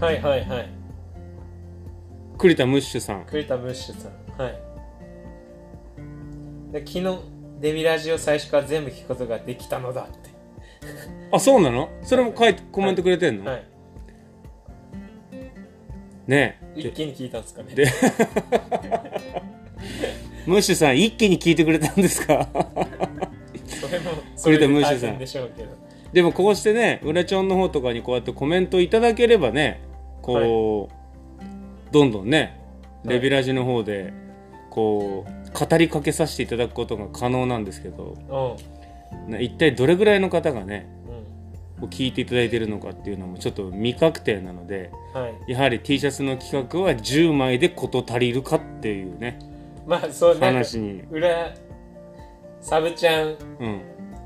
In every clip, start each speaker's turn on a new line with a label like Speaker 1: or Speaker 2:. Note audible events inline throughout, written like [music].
Speaker 1: はいはいはい
Speaker 2: 栗田ムッシュさん
Speaker 1: 栗田ムッシュさんはいで昨日デミラジを最初から全部聞くことができたのだっ
Speaker 2: あそうなのそれも書いてコメントくれてん
Speaker 1: て
Speaker 2: の、
Speaker 1: はい
Speaker 2: ね
Speaker 1: 一気に聞いたんですかね
Speaker 2: でムッシュさん一気に聞いてくれたんですか
Speaker 1: [laughs]
Speaker 2: [laughs]
Speaker 1: それもそ
Speaker 2: 栗
Speaker 1: れで
Speaker 2: 田ムッシュさん
Speaker 1: 大変でしょうけど
Speaker 2: でもこうしてね裏ちゃんの方とかにこうやってコメントいただければねこう、どんどんね
Speaker 1: はい
Speaker 2: レビラジの方でこう語りかけさせていただくことが可能なんですけど、ね一体どれぐらいの方がね
Speaker 1: うんうん
Speaker 2: こう聞いていただいてるのかっていうのもちょっと未確定なので
Speaker 1: はい
Speaker 2: やはり T シャツの企画は10枚で事足りるかっていうね
Speaker 1: まあそうなんか
Speaker 2: 話に
Speaker 1: 裏サブちゃん
Speaker 2: うん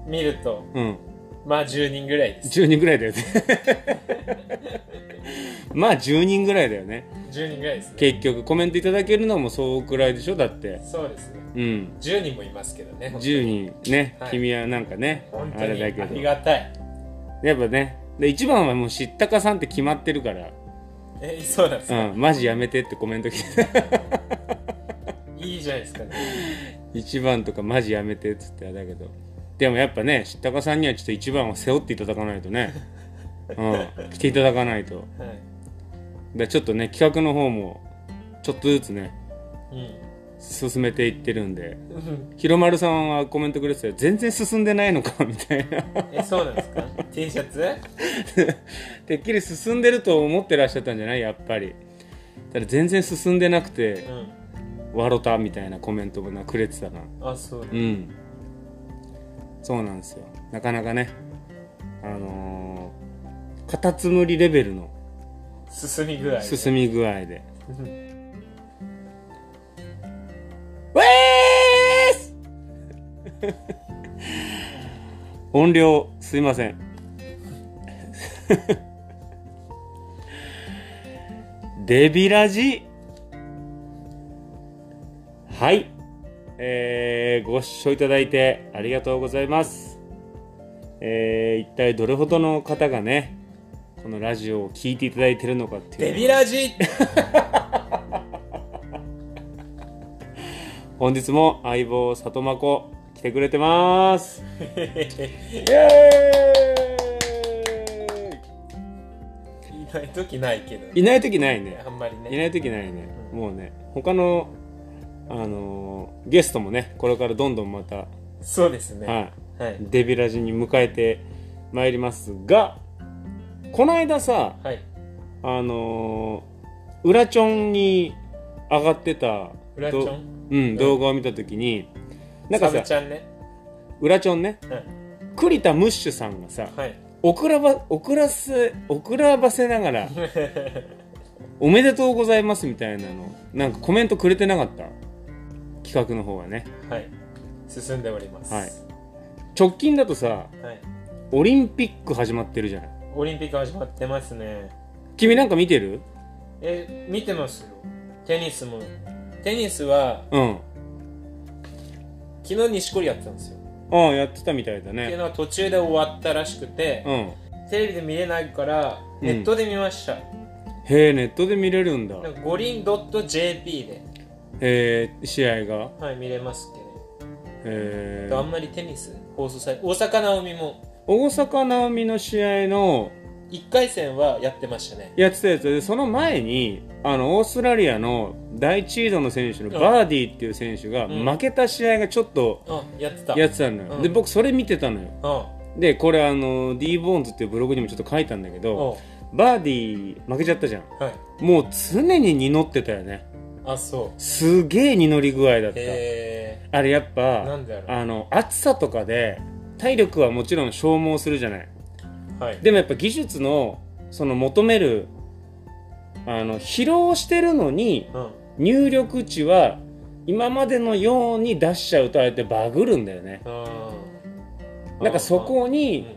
Speaker 1: 見ると
Speaker 2: うん
Speaker 1: まあ10人ぐらいです
Speaker 2: 10人ぐらいだよね
Speaker 1: [laughs]
Speaker 2: まあ10人ぐらいだよね
Speaker 1: 10人ぐらいですね
Speaker 2: 結局コメントいただけるのもそうくらいでしょだって
Speaker 1: そうですね
Speaker 2: うん
Speaker 1: 10人もいますけどね
Speaker 2: 10人ね、
Speaker 1: はい
Speaker 2: 君はなんかね
Speaker 1: 本当
Speaker 2: あれ
Speaker 1: に
Speaker 2: だけ
Speaker 1: あ
Speaker 2: ど
Speaker 1: り
Speaker 2: や
Speaker 1: がたい
Speaker 2: っぱねで一番はもう知ったかさんって決まってるから、
Speaker 1: えそうなんですか、
Speaker 2: うん、マジやめてってコメント来て [laughs]
Speaker 1: いいじゃないですかね
Speaker 2: 一番とかマジやめてっつってあれだけどでもやっぱね知ったかさんにはちょっと一番を背負っていただかない
Speaker 1: [laughs]
Speaker 2: とね、うん、来ていただかないと
Speaker 1: はい
Speaker 2: でちょっとね企画の方もちょっとずつね
Speaker 1: う
Speaker 2: 進めていってるんで
Speaker 1: んうん
Speaker 2: ひろまるさんはコメントくれてたよ全然進んでないのかみたいな [laughs]
Speaker 1: えそうなんですか T シャツ
Speaker 2: てっきり進んでると思ってらっしゃったんじゃないやっぱりただ全然進んでなくて
Speaker 1: う
Speaker 2: 「笑た」みたいなコメントもなくれてたなん
Speaker 1: あそう
Speaker 2: うんそうなんですよなかなかねあのー、カタツムリレベルの
Speaker 1: 進み具合
Speaker 2: 進み具合で
Speaker 1: うん
Speaker 2: 「ウェース! 」音量すいませんデビラジはいえーご視聴いただいてありがとうございますえー一体どれほどの方がねこのラジオを聞いていただいてるのかっていうのを
Speaker 1: デビラジ
Speaker 2: 本日も相棒里真子来てくれ
Speaker 1: [laughs]
Speaker 2: てますイエ
Speaker 1: いない時ないけど
Speaker 2: ーイいない時ないね
Speaker 1: あんまり
Speaker 2: い
Speaker 1: ね
Speaker 2: ない時ないねもうね他のあのーゲストもねこれからどんどんまた、
Speaker 1: そうですね
Speaker 2: は
Speaker 1: はい
Speaker 2: い、デビラジに迎えてまいりますがこの間さ
Speaker 1: はい
Speaker 2: あのー、裏チョンに上がってた
Speaker 1: 裏チョン
Speaker 2: どうん、動画を見た時になんか
Speaker 1: サブち
Speaker 2: さ
Speaker 1: ゃんね
Speaker 2: 裏チョンね
Speaker 1: うん
Speaker 2: 栗田ムッシュさんがさ、
Speaker 1: はい [laughs]
Speaker 2: 遅らば遅らせ遅らばせながらおめでとうございますみたいなのなんかコメントくれてなかった企画の方はね
Speaker 1: はい進んでおります
Speaker 2: はい直近だとさ
Speaker 1: はい
Speaker 2: オリンピック始まってるじゃない
Speaker 1: オリンピック始まってますね
Speaker 2: 君なんか見てる
Speaker 1: え見てますよテニスもテニスは
Speaker 2: うん
Speaker 1: 昨日錦織やってたんですよ
Speaker 2: ああやってたみた
Speaker 1: っ
Speaker 2: いだ
Speaker 1: ていう
Speaker 2: ね
Speaker 1: のは途中で終わったらしくて、
Speaker 2: うん
Speaker 1: テレビで見れないから
Speaker 2: うん
Speaker 1: ネットで見ました、
Speaker 2: へえネットで見れるんだ
Speaker 1: なんか五輪 .jp で、
Speaker 2: へえ試合が
Speaker 1: はい、見れますけど、
Speaker 2: へえ
Speaker 1: あんまりテニス放送され大坂なおみも
Speaker 2: 大阪なおみの試合の
Speaker 1: 1回戦はやってましたね
Speaker 2: やってたやつでその前にあのオーストラリアの第一シードの選手のバーディーっていう選手が
Speaker 1: うん
Speaker 2: 負けた試合がちょっと
Speaker 1: あやってた
Speaker 2: やってたのよ、
Speaker 1: うん
Speaker 2: で僕それ見てたのよ
Speaker 1: うん
Speaker 2: でこれあの D ボーンズっていうブログにもちょっと書いたんだけ
Speaker 1: うん
Speaker 2: ど
Speaker 1: は
Speaker 2: バーディー負けちゃったじゃん
Speaker 1: い
Speaker 2: もう常に二乗ってたよね
Speaker 1: あそう
Speaker 2: すげえ二乗り具合だった、
Speaker 1: へ
Speaker 2: あれやっ
Speaker 1: えな
Speaker 2: ぱ
Speaker 1: んでだろ
Speaker 2: あの暑さとかで体力はもちろん消耗するじゃないう
Speaker 1: はい
Speaker 2: でもやっぱ技術のその求めるあの疲労してるのに
Speaker 1: うん
Speaker 2: 入力値は今までのように出しちゃうとあれってバグるんだよね
Speaker 1: うん
Speaker 2: なんかそこ
Speaker 1: うん
Speaker 2: に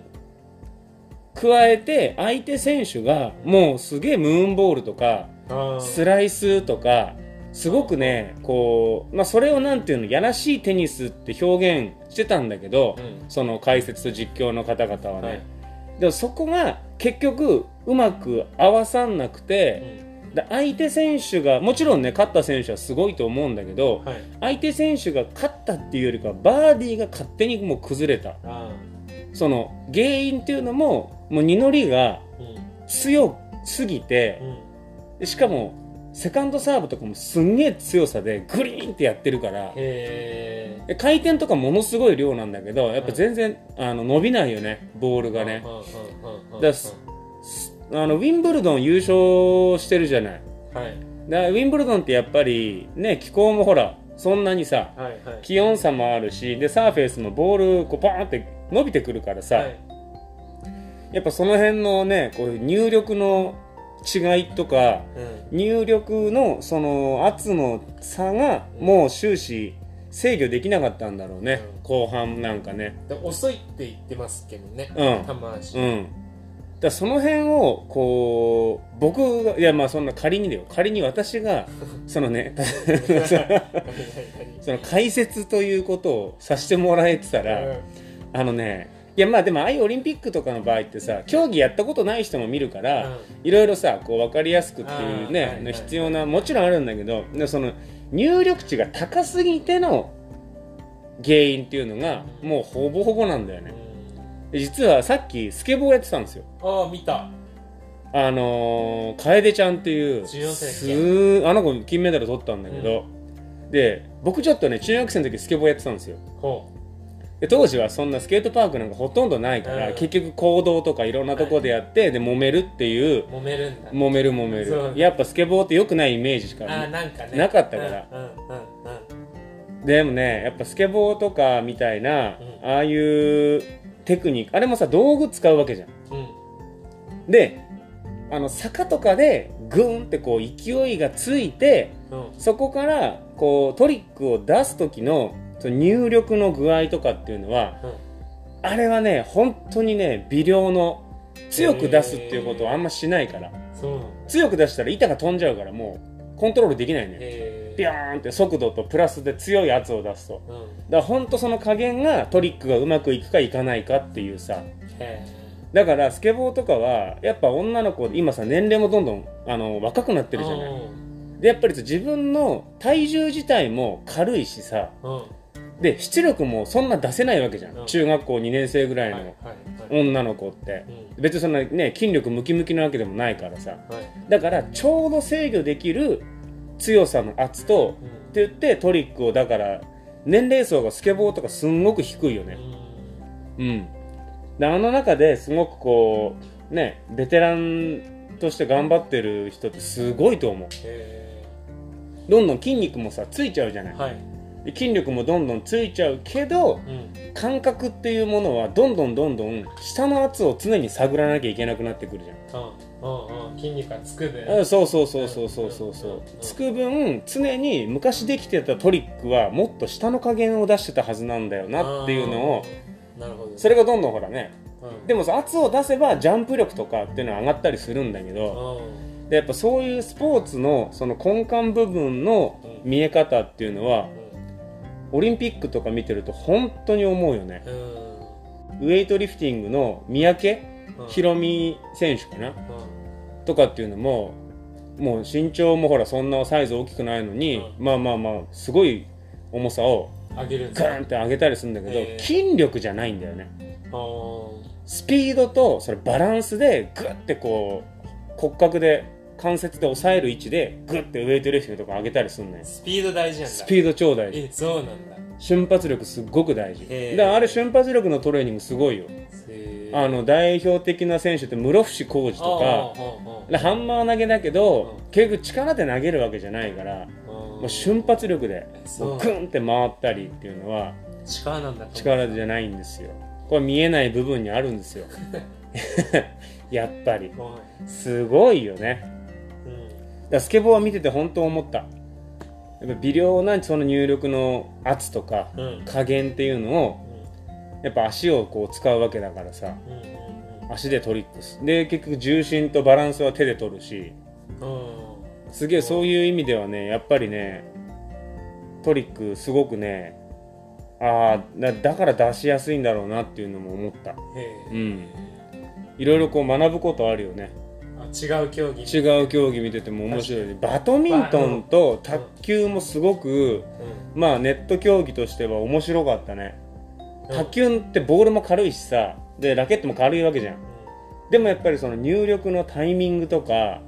Speaker 2: 加えて相手選手がもうすげえムーンボールとか
Speaker 1: うん
Speaker 2: スライスとかすごくねこう、まあ、それをなんていうのやらしいテニスって表現してたんだけど
Speaker 1: うん
Speaker 2: その解説と実況の方々はね、
Speaker 1: はい
Speaker 2: でもそこが結局うまく合わさんなく
Speaker 1: う
Speaker 2: て、
Speaker 1: ん
Speaker 2: だ相手選手がもちろんね勝った選手はすごいと思うんだけど
Speaker 1: はい
Speaker 2: 相手選手が勝ったっていうよりかはバーディーが勝手にもう崩れた
Speaker 1: あ
Speaker 2: その原因っていうのももう二乗りが
Speaker 1: あうん
Speaker 2: 強すぎて
Speaker 1: うん
Speaker 2: しかもセカンドサーブとかもすんげえ強さでグリーンってやってるから
Speaker 1: へえ
Speaker 2: で回転とかものすごい量なんだけどやっぱ全然、あの伸びないよねボールがね
Speaker 1: うんうんうんうんうん
Speaker 2: だすすあのウィンブルドン優勝してるじゃない
Speaker 1: はい
Speaker 2: だウィンブルドンってやっぱりね気候もほらそんなにさ
Speaker 1: はいはい
Speaker 2: 気温差もあるしでサーフェイスもボールこうバーンって伸びてくるからさ、
Speaker 1: はい
Speaker 2: やっぱその辺のねこう入力の違いとか
Speaker 1: うん
Speaker 2: 入力のその圧の差がもう終始制御できなかったんだろうね、
Speaker 1: うん
Speaker 2: 後半なんかね
Speaker 1: で遅いって言ってますけどね
Speaker 2: うん
Speaker 1: 玉足
Speaker 2: うんだからその辺をこう僕がいやまあそんな仮にだよ仮に私 [laughs] がそのね
Speaker 1: [laughs]
Speaker 2: その解説ということをさせてもらえてたら、あのねいやまあでもああいうオリンピックとかの場合ってさ競技やったことない人も見るから、いろいろさこう分かりやすくっていうね、
Speaker 1: あーはいはい
Speaker 2: 必要なもちろんあるんだけどでその入力値が高すぎての原因っていうのがもうほぼほぼなんだよねで実はさっきスケボーやってたんですよ
Speaker 1: ああ見た
Speaker 2: あのー、楓ちゃんっていう
Speaker 1: 14歳
Speaker 2: すーあの子金メダル取ったんだけど、で僕ちょっとね中学生の時スケボーやってたんですよ
Speaker 1: ほ
Speaker 2: で当時はそんなスケートパークなんかほとんどないから、
Speaker 1: うん
Speaker 2: 結局行動とかいろんなとこでやって、で揉めるっていう
Speaker 1: う揉めるんだ
Speaker 2: 揉める揉め
Speaker 1: そう
Speaker 2: るやっぱスケボーって良くないイメージしか
Speaker 1: ああなんかね
Speaker 2: なかったから
Speaker 1: うんうんうん
Speaker 2: でもねやっぱスケボーとかみたいな、
Speaker 1: う
Speaker 2: ああいうテクニックあれもさ道具使うわけじゃん
Speaker 1: うん
Speaker 2: であの坂とかでグーンってこう勢いがついて
Speaker 1: うんうん
Speaker 2: そこからこうトリックを出す時のその入力の具合とかっていうのはあれはね本当にね微量の強く出すっていうことをあんましないから
Speaker 1: そうなんだ
Speaker 2: 強く出したら板が飛んじゃうからもうコントロールできないのよ
Speaker 1: へ
Speaker 2: ピョーンって速度とプラスで強い圧を出すと
Speaker 1: ーうん
Speaker 2: だからほんとその加減がトリックがうまくいくかいかないかっていうさ
Speaker 1: へ
Speaker 2: だからスケボーとかはやっぱ女の子今さ年齢もどんどんあの若くなっ
Speaker 1: え
Speaker 2: てるじゃないでやっぱりさ自分の体重自体も軽いしさ
Speaker 1: うんは
Speaker 2: で出力もそんな出せないわけじゃ
Speaker 1: うんん
Speaker 2: 中学校2年生ぐら
Speaker 1: い
Speaker 2: い
Speaker 1: はい
Speaker 2: の
Speaker 1: はい
Speaker 2: 女の子って
Speaker 1: うん
Speaker 2: 別にそんなね筋力ムキムキなわけでもないからさ
Speaker 1: はい
Speaker 2: だからちょうど制御できる強さの圧と
Speaker 1: う
Speaker 2: っ
Speaker 1: ん
Speaker 2: て言ってトリックをだから年齢層がスケボーとかすんごく低いよ
Speaker 1: う
Speaker 2: ね
Speaker 1: ん
Speaker 2: うんであの中ですごくこうねベテランとして頑張ってる人ってすごいと思う
Speaker 1: へ
Speaker 2: どんどん筋肉もさついちゃうじゃな
Speaker 1: ー
Speaker 2: い、
Speaker 1: はい
Speaker 2: で筋力もどんどんついちゃうけど
Speaker 1: うん
Speaker 2: 感覚っていうものはどんどんどんどん下の圧を常に探らなきゃいけなくなってくるじゃん
Speaker 1: うんうんうん筋肉がつくで
Speaker 2: うんそうそうそうそうそうそうそううんつく分常に昔できてたトリックはもっと下の加減を出してたはずなんだよなっていうのを
Speaker 1: あーなるほど
Speaker 2: それがどんどんほらね
Speaker 1: うん
Speaker 2: でもさ圧を出せばジャンプ力とかっていうのは上がったりするんだけど
Speaker 1: う
Speaker 2: でやっぱそういうスポーツのその根幹部分の見え方っていうのは
Speaker 1: ん
Speaker 2: オリンピックとか見てると本当に思うよね
Speaker 1: うん
Speaker 2: ウェイトリフティングの三宅
Speaker 1: うん
Speaker 2: ひろみ選手かな
Speaker 1: うん
Speaker 2: とかっていうのももう身長もほらそんなサイズ大きくないのに、まあまあまあすごい重さを
Speaker 1: 上げるんです
Speaker 2: ガーンって上げたりするんだけど、
Speaker 1: えー
Speaker 2: 筋力じゃないんだよね
Speaker 1: あー
Speaker 2: スピードとそれバランスでグッてこう骨格で関節で抑える位置でグッてウェイトレフティングとか上げたりするのよ
Speaker 1: スピード大事なんだ
Speaker 2: スピード超大事
Speaker 1: えそうなんだ
Speaker 2: 瞬発力すっごく大事
Speaker 1: えー
Speaker 2: だからあれ瞬発力のトレーニングすごいよ
Speaker 1: へー
Speaker 2: あの代表的な選手って室伏広治とか
Speaker 1: あー
Speaker 2: でハンマー投げだけど、
Speaker 1: うん
Speaker 2: 結局力で投げるわけじゃないから、
Speaker 1: あー
Speaker 2: もう瞬発力で
Speaker 1: そう
Speaker 2: もうクンって回ったりっていうのは
Speaker 1: 力なんだ
Speaker 2: 力じゃないんですよこれ見えない部分にあるんで
Speaker 1: [laughs]
Speaker 2: すよ [laughs] やっぱり
Speaker 1: は
Speaker 2: すごいよね
Speaker 1: いうん
Speaker 2: だからスケボーを見てて本当思ったやっぱ微量なその入力の圧とか
Speaker 1: うんうん
Speaker 2: 加減っていうのをやっぱ足をこう使うわけだからさ
Speaker 1: うん
Speaker 2: 足でトリックスで結局重心とバランスは手で取るし
Speaker 1: うんうんうん
Speaker 2: すげえそういう意味ではねやっぱりねトリックすごくねああだだから出しやすいんだろうなっていうのも思った
Speaker 1: へ
Speaker 2: うんいろいろこう学ぶことあるよね
Speaker 1: 違う競技
Speaker 2: 違う競技見てても面白いバドミントンと卓球もすごく
Speaker 1: う
Speaker 2: まあネット競技としては面白かったね
Speaker 1: ん
Speaker 2: 卓球ってボールも軽いしさでラケットも軽いわけじゃんでもやっぱりその入力のタイミングとか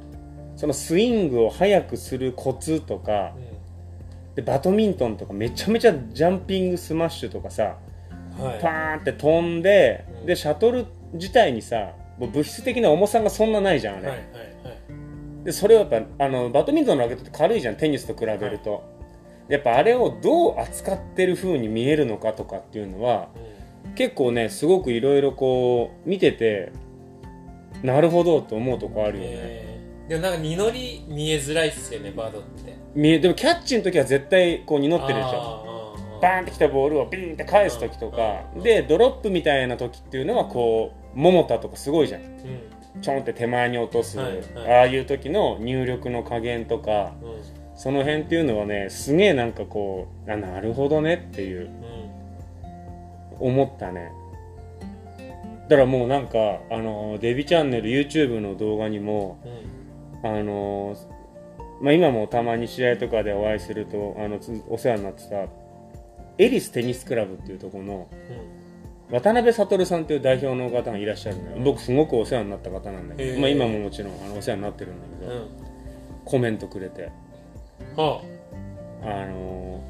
Speaker 2: そのスイングを速くするコツとかでバドミントンとかめちゃめちゃジャンピングスマッシュとかさ
Speaker 1: うんはい
Speaker 2: パーンって飛んで
Speaker 1: うん
Speaker 2: でシャトル自体にさもう物質的な重さがそんなないじゃんあ
Speaker 1: はい
Speaker 2: れ、
Speaker 1: はいはい
Speaker 2: でそれをやっぱあのバドミントンのラケットって軽いじゃんテニスと比べると、やっぱあれをどう扱ってる風に見えるのかとかっていうのは結構ねすごくいろいろこう見ててなるほどと思うとこあるよね、
Speaker 1: えーでもなんか実り見えづらいっすよねバドって
Speaker 2: 見えでもキャッチの時は絶対こう
Speaker 1: 持
Speaker 2: 濁ってるでしょ
Speaker 1: ょ
Speaker 2: バーンってきたボールをビーンって返す時とか
Speaker 1: うん
Speaker 2: でドロップみたいな時っていうのはこう桃田とかすごいじゃんちょんって手前に落とす、
Speaker 1: はいはい
Speaker 2: ああいう時の入力の加減とか
Speaker 1: うんうん
Speaker 2: その辺っていうのはねすげえなんかこうあなるほどねっていう
Speaker 1: うん
Speaker 2: 思ったねだからもうなんかあのデビチャンネル YouTube の動画にも
Speaker 1: うん
Speaker 2: あのまあ、今もたまに試合とかでお会いするとあのつお世話になってたエリステニスクラブっていうところの
Speaker 1: うん
Speaker 2: 渡辺悟さんという代表の方がいらっしゃるのよ僕すごくお世話になった方なんだけ
Speaker 1: へ
Speaker 2: ど、
Speaker 1: ー
Speaker 2: まあ、今ももちろんあのお世話になってるんだけ
Speaker 1: う
Speaker 2: ど、
Speaker 1: ん
Speaker 2: コメントくれて、
Speaker 1: は
Speaker 2: あの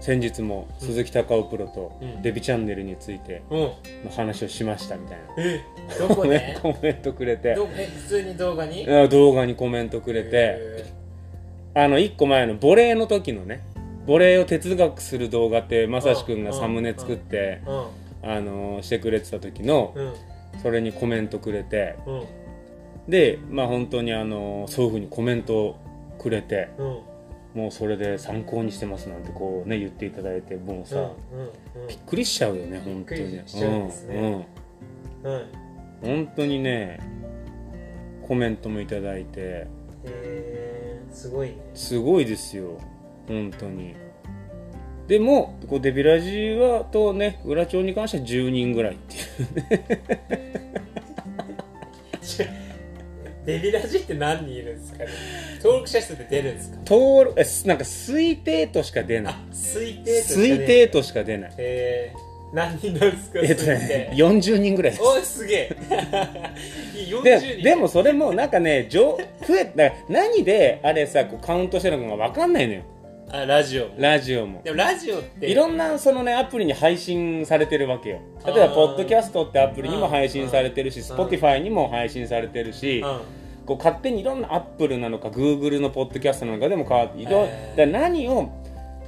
Speaker 2: 先日も鈴木孝夫プロと
Speaker 1: うん
Speaker 2: デビチャンネルについて
Speaker 1: あうん
Speaker 2: の話をしましたみたいな、
Speaker 1: えどこ
Speaker 2: [laughs]
Speaker 1: で
Speaker 2: コメントくれて
Speaker 1: どえ普通に動画に
Speaker 2: あ動画にコメントくれて。
Speaker 1: え
Speaker 2: あの1個前のボレーの時のねボレーを哲学する動画ってまさしくんが
Speaker 1: うん
Speaker 2: サムネ作って
Speaker 1: ーうん
Speaker 2: あのーしてくれてた時の
Speaker 1: うん
Speaker 2: それにコメントくれて
Speaker 1: うん
Speaker 2: でまあ本当にあのーそういうふうにコメントをくれて
Speaker 1: うん
Speaker 2: もうそれで参考にしてますなんてこうね言っていただいてもうさ、
Speaker 1: うん
Speaker 2: びっくりしちゃうよね本当に
Speaker 1: びっくりしちゃうんですね
Speaker 2: うんうん
Speaker 1: うんうん
Speaker 2: 本当にねコメントもいただいて
Speaker 1: えーすごいね [laughs]
Speaker 2: すごいですよ本当にでもこうデビラジーはとね裏町に関しては10人ぐらいっていう
Speaker 1: デビラジって何人いるんですかね登録者数って出るんですか
Speaker 2: 登録えすなんか推定としか出ない
Speaker 1: あ推定とかね
Speaker 2: 推定としか出ない
Speaker 1: えー、何人なんですか
Speaker 2: えっとね40人ぐらいです
Speaker 1: おいすげえ [laughs] いや40
Speaker 2: で
Speaker 1: 人
Speaker 2: でもそれもなんかね上増えだから何であれさこうカウントしてるのか分かんないのよ
Speaker 1: あラジオも
Speaker 2: ラジオも
Speaker 1: でもラジオって
Speaker 2: いろんなそのねアプリに配信されてるわけよ例え
Speaker 1: あ
Speaker 2: ば
Speaker 1: ー
Speaker 2: ポッドキャストってアプリにも配信されてるし
Speaker 1: うん
Speaker 2: Spotify にも配信されてるし、
Speaker 1: うん
Speaker 2: こう勝手にいろんなアップルなのかグーグルのポッドキャストなのかでも変わっていろ
Speaker 1: へー
Speaker 2: だから何を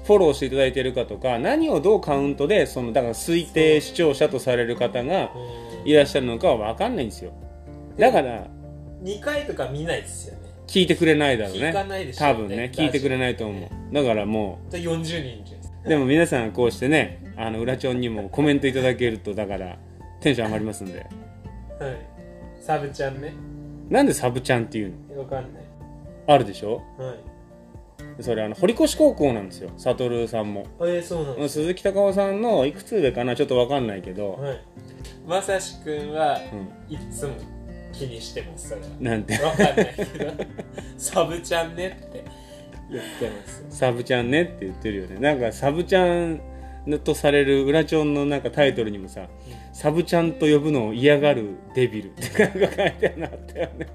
Speaker 2: フォローしていただいているかとか何をどうカウントでそのだから推定視聴者とされる方がいらっしゃるのかは分かんないんですよだから
Speaker 1: 2回とか見ないですよね
Speaker 2: 聞いてくれないだろう
Speaker 1: 聞か
Speaker 2: ね
Speaker 1: ないでしょ
Speaker 2: 多分ね聞いてくれ
Speaker 1: ない
Speaker 2: ないと思うだからも
Speaker 1: 40人じゃないですか
Speaker 2: うでも皆さんこうしてねあの裏ちょんにもコメントいただけるとだからテンション上がりますんで
Speaker 1: はいサブちゃんね
Speaker 2: なんでサブちゃんっていうの
Speaker 1: わかんない
Speaker 2: あるでしょ
Speaker 1: はい
Speaker 2: それあの堀越高校なんですよ悟さんも
Speaker 1: えー、そうなんです
Speaker 2: 鈴木孝夫さんのいくつ上かなちょっとわかんないけど、
Speaker 1: はいまさしくんは
Speaker 2: うん、
Speaker 1: いつも気にしてますそれは
Speaker 2: なんて
Speaker 1: わかんないけど [laughs] サブちゃんねって言ってます
Speaker 2: サブちゃんねって言ってるよねなんかサブちゃんとされる裏町のなんかタイトルにもさ「サブちゃんと呼ぶのを嫌がるデビル」ってなんか書いてあったよね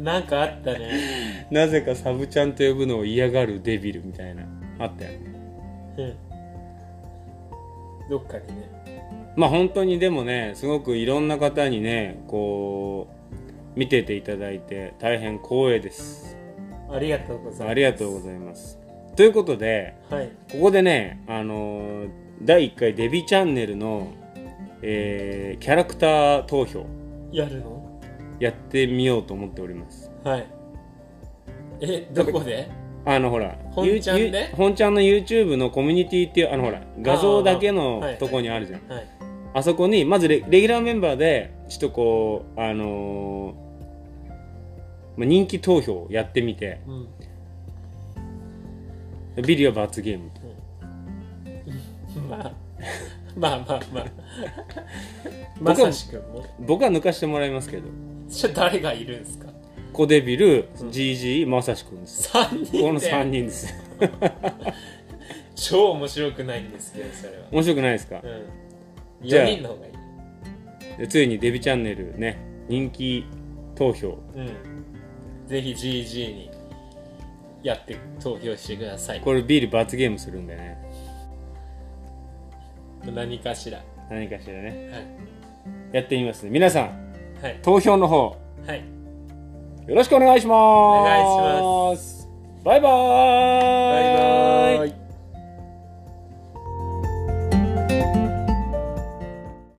Speaker 1: なんかあったね
Speaker 2: なぜかサブちゃんと呼ぶのを嫌がるデビルみたいなあったよね
Speaker 1: うんどっかにね
Speaker 2: まあ本当にでもねすごくいろんな方にねこう見てていただいて大変光栄です
Speaker 1: ありがとうございます
Speaker 2: ありがとうございますということで
Speaker 1: はい
Speaker 2: ここでね、あのー第1回デビチャンネルの、えーキャラクター投票
Speaker 1: やるの
Speaker 2: やってみようと思っております。
Speaker 1: はいえどこで
Speaker 2: あのほら、
Speaker 1: 本ちゃんね
Speaker 2: ゆゆ本ちゃんの YouTube のコミュニティっていう、あのほら、画像だけ
Speaker 1: あーはい
Speaker 2: の
Speaker 1: はい
Speaker 2: とこにあるじゃん。
Speaker 1: はい
Speaker 2: あそこに、まずレレギュラーメンバーで、ちょっとこう、あのーまあ人気投票をやってみて、
Speaker 1: うん、
Speaker 2: ビリは罰ゲーム。
Speaker 1: ま
Speaker 2: [laughs]
Speaker 1: あまあまあまあま
Speaker 2: 僕は
Speaker 1: さしくんも
Speaker 2: 僕は抜かしてもらいますけど。
Speaker 1: じゃあ誰がいるんですか
Speaker 2: コデビル、
Speaker 1: うん
Speaker 2: GG、まさしくんです。
Speaker 1: 3
Speaker 2: こ
Speaker 1: 人
Speaker 2: の
Speaker 1: で
Speaker 2: 3人です。
Speaker 1: 超面白くないんですけどそれは
Speaker 2: 面白くないですか
Speaker 1: うん
Speaker 2: じゃあ
Speaker 1: 4人の方がいい
Speaker 2: でついにデビチャンネルね、人気投票。
Speaker 1: うんぜひ GG にやって投票してください
Speaker 2: これビール罰ゲームするんでね。
Speaker 1: 何かしらは
Speaker 2: 何かしらね。
Speaker 1: い
Speaker 2: やってみますね。皆さん、
Speaker 1: はい
Speaker 2: 投票の方、
Speaker 1: はい
Speaker 2: よろしくお願いします。。
Speaker 1: お願いします
Speaker 2: バイバーイ
Speaker 1: バイバーイ